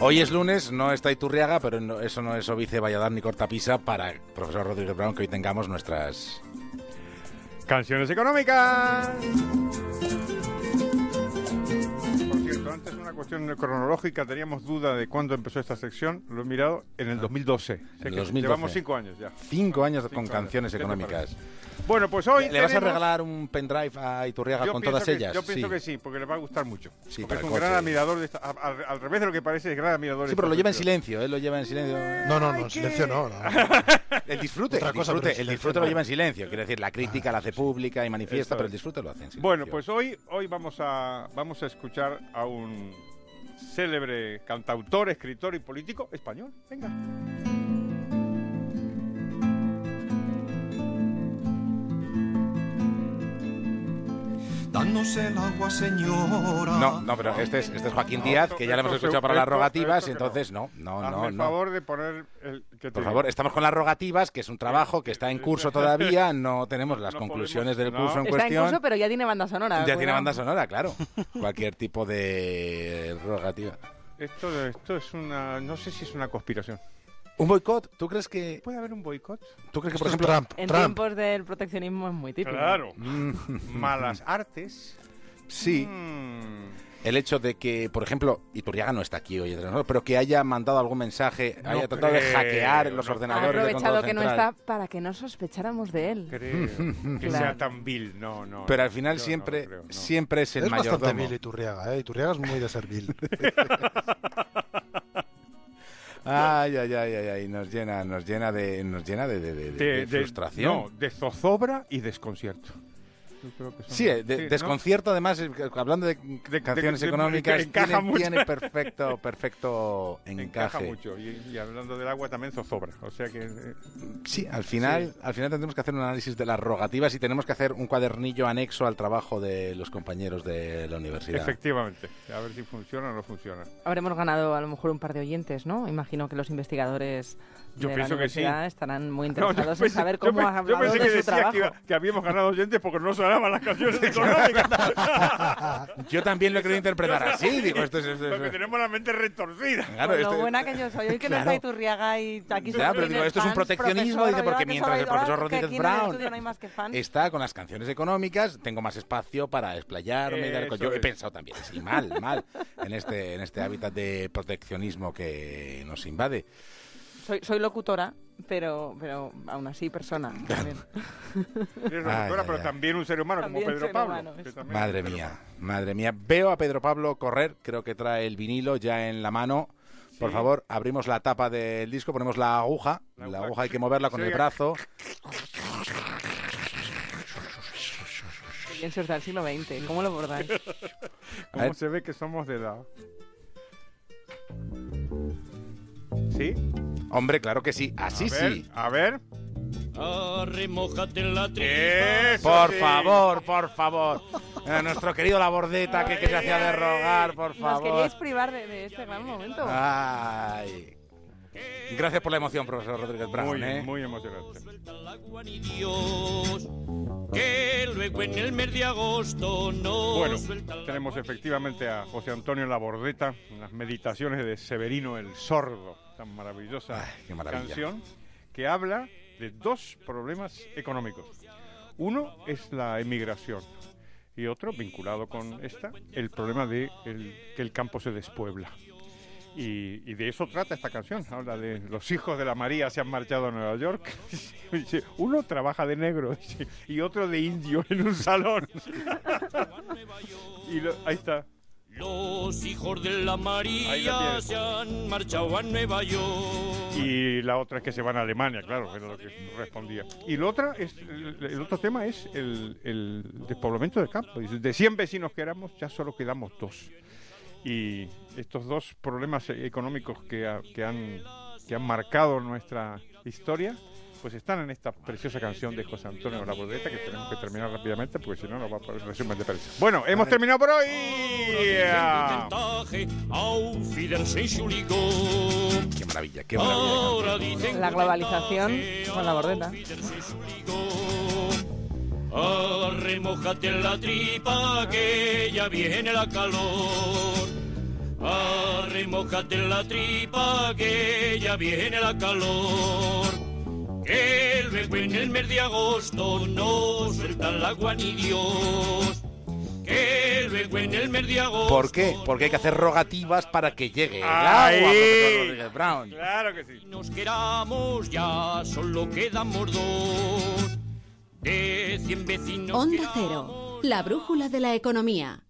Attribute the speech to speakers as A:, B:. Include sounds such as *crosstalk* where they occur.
A: Hoy es lunes, no está Iturriaga, pero no- eso no es Obice Valladar ni cortapisa para el profesor Rodríguez Brown que hoy tengamos nuestras.
B: Canciones económicas. Por cierto, antes una cuestión cronológica, teníamos duda de cuándo empezó esta sección, lo he mirado en el 2012. O sea
A: Ah. el
B: que
A: 2012.
B: Llevamos cinco años ya.
A: Cinco años
B: Cinco
A: con
B: años.
A: canciones
B: ¿Qué te
A: económicas.
B: Bueno, pues hoy...
A: ¿Le vas a
B: tenemos-
A: regalar un pendrive a Iturriaga
B: Yo
A: con
B: pienso
A: todas
B: que-
A: ellas?
B: Yo pienso
A: sí.
B: que sí, porque le va a gustar mucho.
A: Sí,
B: porque
A: para
B: es un
A: el
B: gran
A: coche.
B: admirador de esta- a- al, al revés de lo que parece, es gran admirador de
A: Sí, pero lo
B: esta
A: lleva en
B: sección.
A: silencio, él lo lleva en silencio.
B: *laughs*
C: No, no, no, silencio no. no.
A: El disfrute,
C: Otra
A: el disfrute,
C: cosa, pero
A: el
C: silencio
A: disfrute
C: no.
A: lo lleva en silencio. Quiero decir, la crítica la hace pública y manifiesta,
B: Eso
A: pero
B: es.
A: el disfrute lo hace en silencio.
B: Bueno, pues hoy, hoy vamos, a, vamos a escuchar a un célebre cantautor, escritor y político español. Venga.
D: Danos el agua, señora.
A: No, no, pero este es, este es Joaquín Díaz,
B: esto-
A: que ya lo hemos
B: esto-
A: escuchado para las
B: esto-
A: rogativas,
B: esto que
A: entonces no, no,
B: Hazme
A: Oh, no,
B: el
A: no.
B: favor de poner el que te
A: Por
B: digo.
A: favor, estamos con las rogativas, que es un trabajo que está en curso
B: *laughs*
A: todavía, no tenemos las
B: No
A: conclusiones del
B: podemos-
A: curso
B: no.
A: en
E: Está en
A: cuestión.
E: curso, pero ya tiene banda sonora.
A: ya tiene
E: cuidado.
A: banda sonora,
E: *laughs*
A: claro. Cualquier tipo de rogativa.
B: Esto, esto es una. No sé si es una conspiración.
A: Un boicot, ¿tú crees que
B: ¿Puede haber un boicot?
A: tú crees que
C: Esto
A: por
C: es
A: ejemplo
C: Trump,
E: En
C: Trump.
E: tiempos del proteccionismo es muy típico.
B: Malas artes.
A: Mm. sí,
B: Mm.
A: el hecho de que, por ejemplo, Iturriaga no está aquí hoy entre nosotros, pero que haya mandado algún mensaje,
B: No
A: haya tratado de
B: creo,
A: hackear los
B: no
E: Ha
A: ordenadores de Control
E: aprovechado que no
A: Central.
E: está para que no sospecháramos de él.
A: *laughs*
B: Creo que sea
E: Claro.
B: tan vil. No, no.
A: Pero al
B: no,
A: final
B: yo no
A: siempre,
B: lo creo, no.
A: siempre es el
C: Es bastante
A: mayordomo.
C: vil Iturriaga, ¿eh? Iturriaga es muy de ser vil.
A: Ay, ay, ay, ay, ay, nos llena, nos llena de, nos llena de, de- de- de
B: De, de-
A: frustración.
B: No, de zozobra y desconcierto. Yo creo que son-
A: Sí, eh, de-
B: ¿no?
A: desconcierto además, eh, hablando de,
B: de-
A: canciones
B: de-
A: económicas,
B: que encaja
A: tiene,
B: mucho.
A: tiene perfecto, *laughs* perfecto encaje.
B: Encaja mucho. Y, y hablando del agua también zozobra. O sea que. eh,
A: Sí, al final, al final tendremos que hacer un análisis de las rogativas y tenemos que hacer un cuadernillo anexo al trabajo de los compañeros de la universidad.
B: efectivamente. A ver si funciona o no funciona.
E: Habremos ganado a lo mejor un par de oyentes, ¿no? Imagino que los investigadores
B: Yo
E: de
B: pienso
E: la
B: que sí.
E: universidad
A: *laughs*
E: estarán muy
B: No,
E: interesados en
B: pensé-
E: saber
B: yo
E: cómo
B: pe-
E: has
B: yo
E: hablado
B: pensé
E: de
B: que
E: su
B: decías
E: trabajo.
B: que, iba- que habíamos ganado oyentes porque no sonaban las canciones económicas.
A: Yo también lo he querido interpretar así, digo, esto es... esto es-
B: porque tenemos la mente retorcida.
A: Claro,
E: Con
A: esto-
E: lo buena que yo soy, hoy que
A: este- Claro.
E: no está Iturriaga y
A: Ya,
E: aquí solo
A: pero
E: vienen
A: digo, esto es un
E: fans,
A: proteccionismo,
E: profesor,
A: dice,
E: oiga,
A: porque
E: que
A: mientras
E: solo
A: el
E: hay dos,
A: profesor
E: que
A: Rodríguez
E: aquí en el
A: Brown
E: estudio no hay más que fans.
A: está con las canciones económicas, tengo más espacio para explayarme. y dar-
B: Eso
A: Yo he
B: es.
A: pensado también, sí, mal, mal, en este, en este hábitat de proteccionismo que nos invade.
E: Soy, soy locutora, pero, pero aún así
A: *laughs*
E: persona. también.
B: Eres
A: Ay,
B: locutora,
A: ay,
B: pero
A: ay.
B: también un ser humano
E: También
B: como Pedro
E: ser
B: Pablo.
E: humano,
B: que
E: eso.
B: también es
A: Madre
B: un ser
A: mía,
B: humano.
A: madre mía. Veo a Pedro Pablo correr, creo que trae el vinilo ya en la mano. Por
B: Sí.
A: favor, abrimos la tapa del disco, ponemos la aguja. La,
B: La aguja.
A: aguja hay que moverla con
B: Sí,
A: el
B: ya.
A: brazo.
E: Pienso estar del siglo XX, ¿cómo lo abordáis?
A: A
B: ¿Cómo
A: ver.
B: se ve que somos de edad? ¿Sí?
A: Hombre, claro que sí,
B: A
A: así
B: ver,
A: sí.
B: A ver.
F: Ah, remójate la
B: Eh. Eso
A: Por
B: sí.
A: favor, por favor. A nuestro querido Labordeta que, que se hacía de rogar, por
E: Nos
A: favor. Ah,
E: queríais privar de, de este gran momento.
A: Ay. Gracias por la emoción, profesor Rodríguez Brown.
B: Muy,
A: ¿eh?
B: muy emocionante.
F: Suelta el agua ni Dios, que luego en el mes de agosto no
B: Bueno,
F: suelta el
B: tenemos
F: agua ni
B: efectivamente a José Antonio Labordeta en las meditaciones de Severino el Sordo, tan maravillosa
A: Ay, qué maravilla.
B: canción que habla de dos problemas económicos. Uno es la emigración y otro, vinculado con esta, el problema de el- que el campo se despuebla. Y, y de eso trata esta canción. Habla de los hijos de la María se han marchado a Nueva York. *laughs* Dice, Uno trabaja de negro dice, y otro de indio en un salón. *laughs* y lo- ahí está.
F: Los hijos de la
B: Ahí la
F: María
B: tienes.
F: se han marchado a Nueva York.
B: Y la otra es que se van a Alemania, claro, era lo que respondía. Y la otra es, el, el otro tema es el, el despoblamiento del campo. Dice, De 100 vecinos que éramos, ya solo quedamos dos. Y estos dos problemas e- económicos que, ha- que han, que han marcado nuestra historia, pues están en esta preciosa canción de José Antonio Labordeta que tenemos que terminar rápidamente porque si no nos va a poner resumen de prensa. Bueno, hemos terminado por hoy.
F: Porcentaje, auf Wiedersehen, Entschuldigung.
A: Qué maravilla, qué maravilla.
F: Ahora dicen
E: La globalización con la bordeta.
F: auf Wiedersehen, Entschuldigung. Ah, remójate la tripa que ya viene la calor. Arrimójate en la tripa que ya viene la calor. Que luego en el mes de agosto no suelta el agua ni Dios. Que luego en el mes de agosto.
A: ¿Por qué? Porque hay que hacer rogativas para que llegue el agua,
B: Ahí.
A: profesor Rodríguez Brown.
B: Claro que sí.
F: Nos queramos ya, solo quedamos dos. De cien vecinos.
G: Onda
F: quedamos
G: Cero, la brújula de la economía.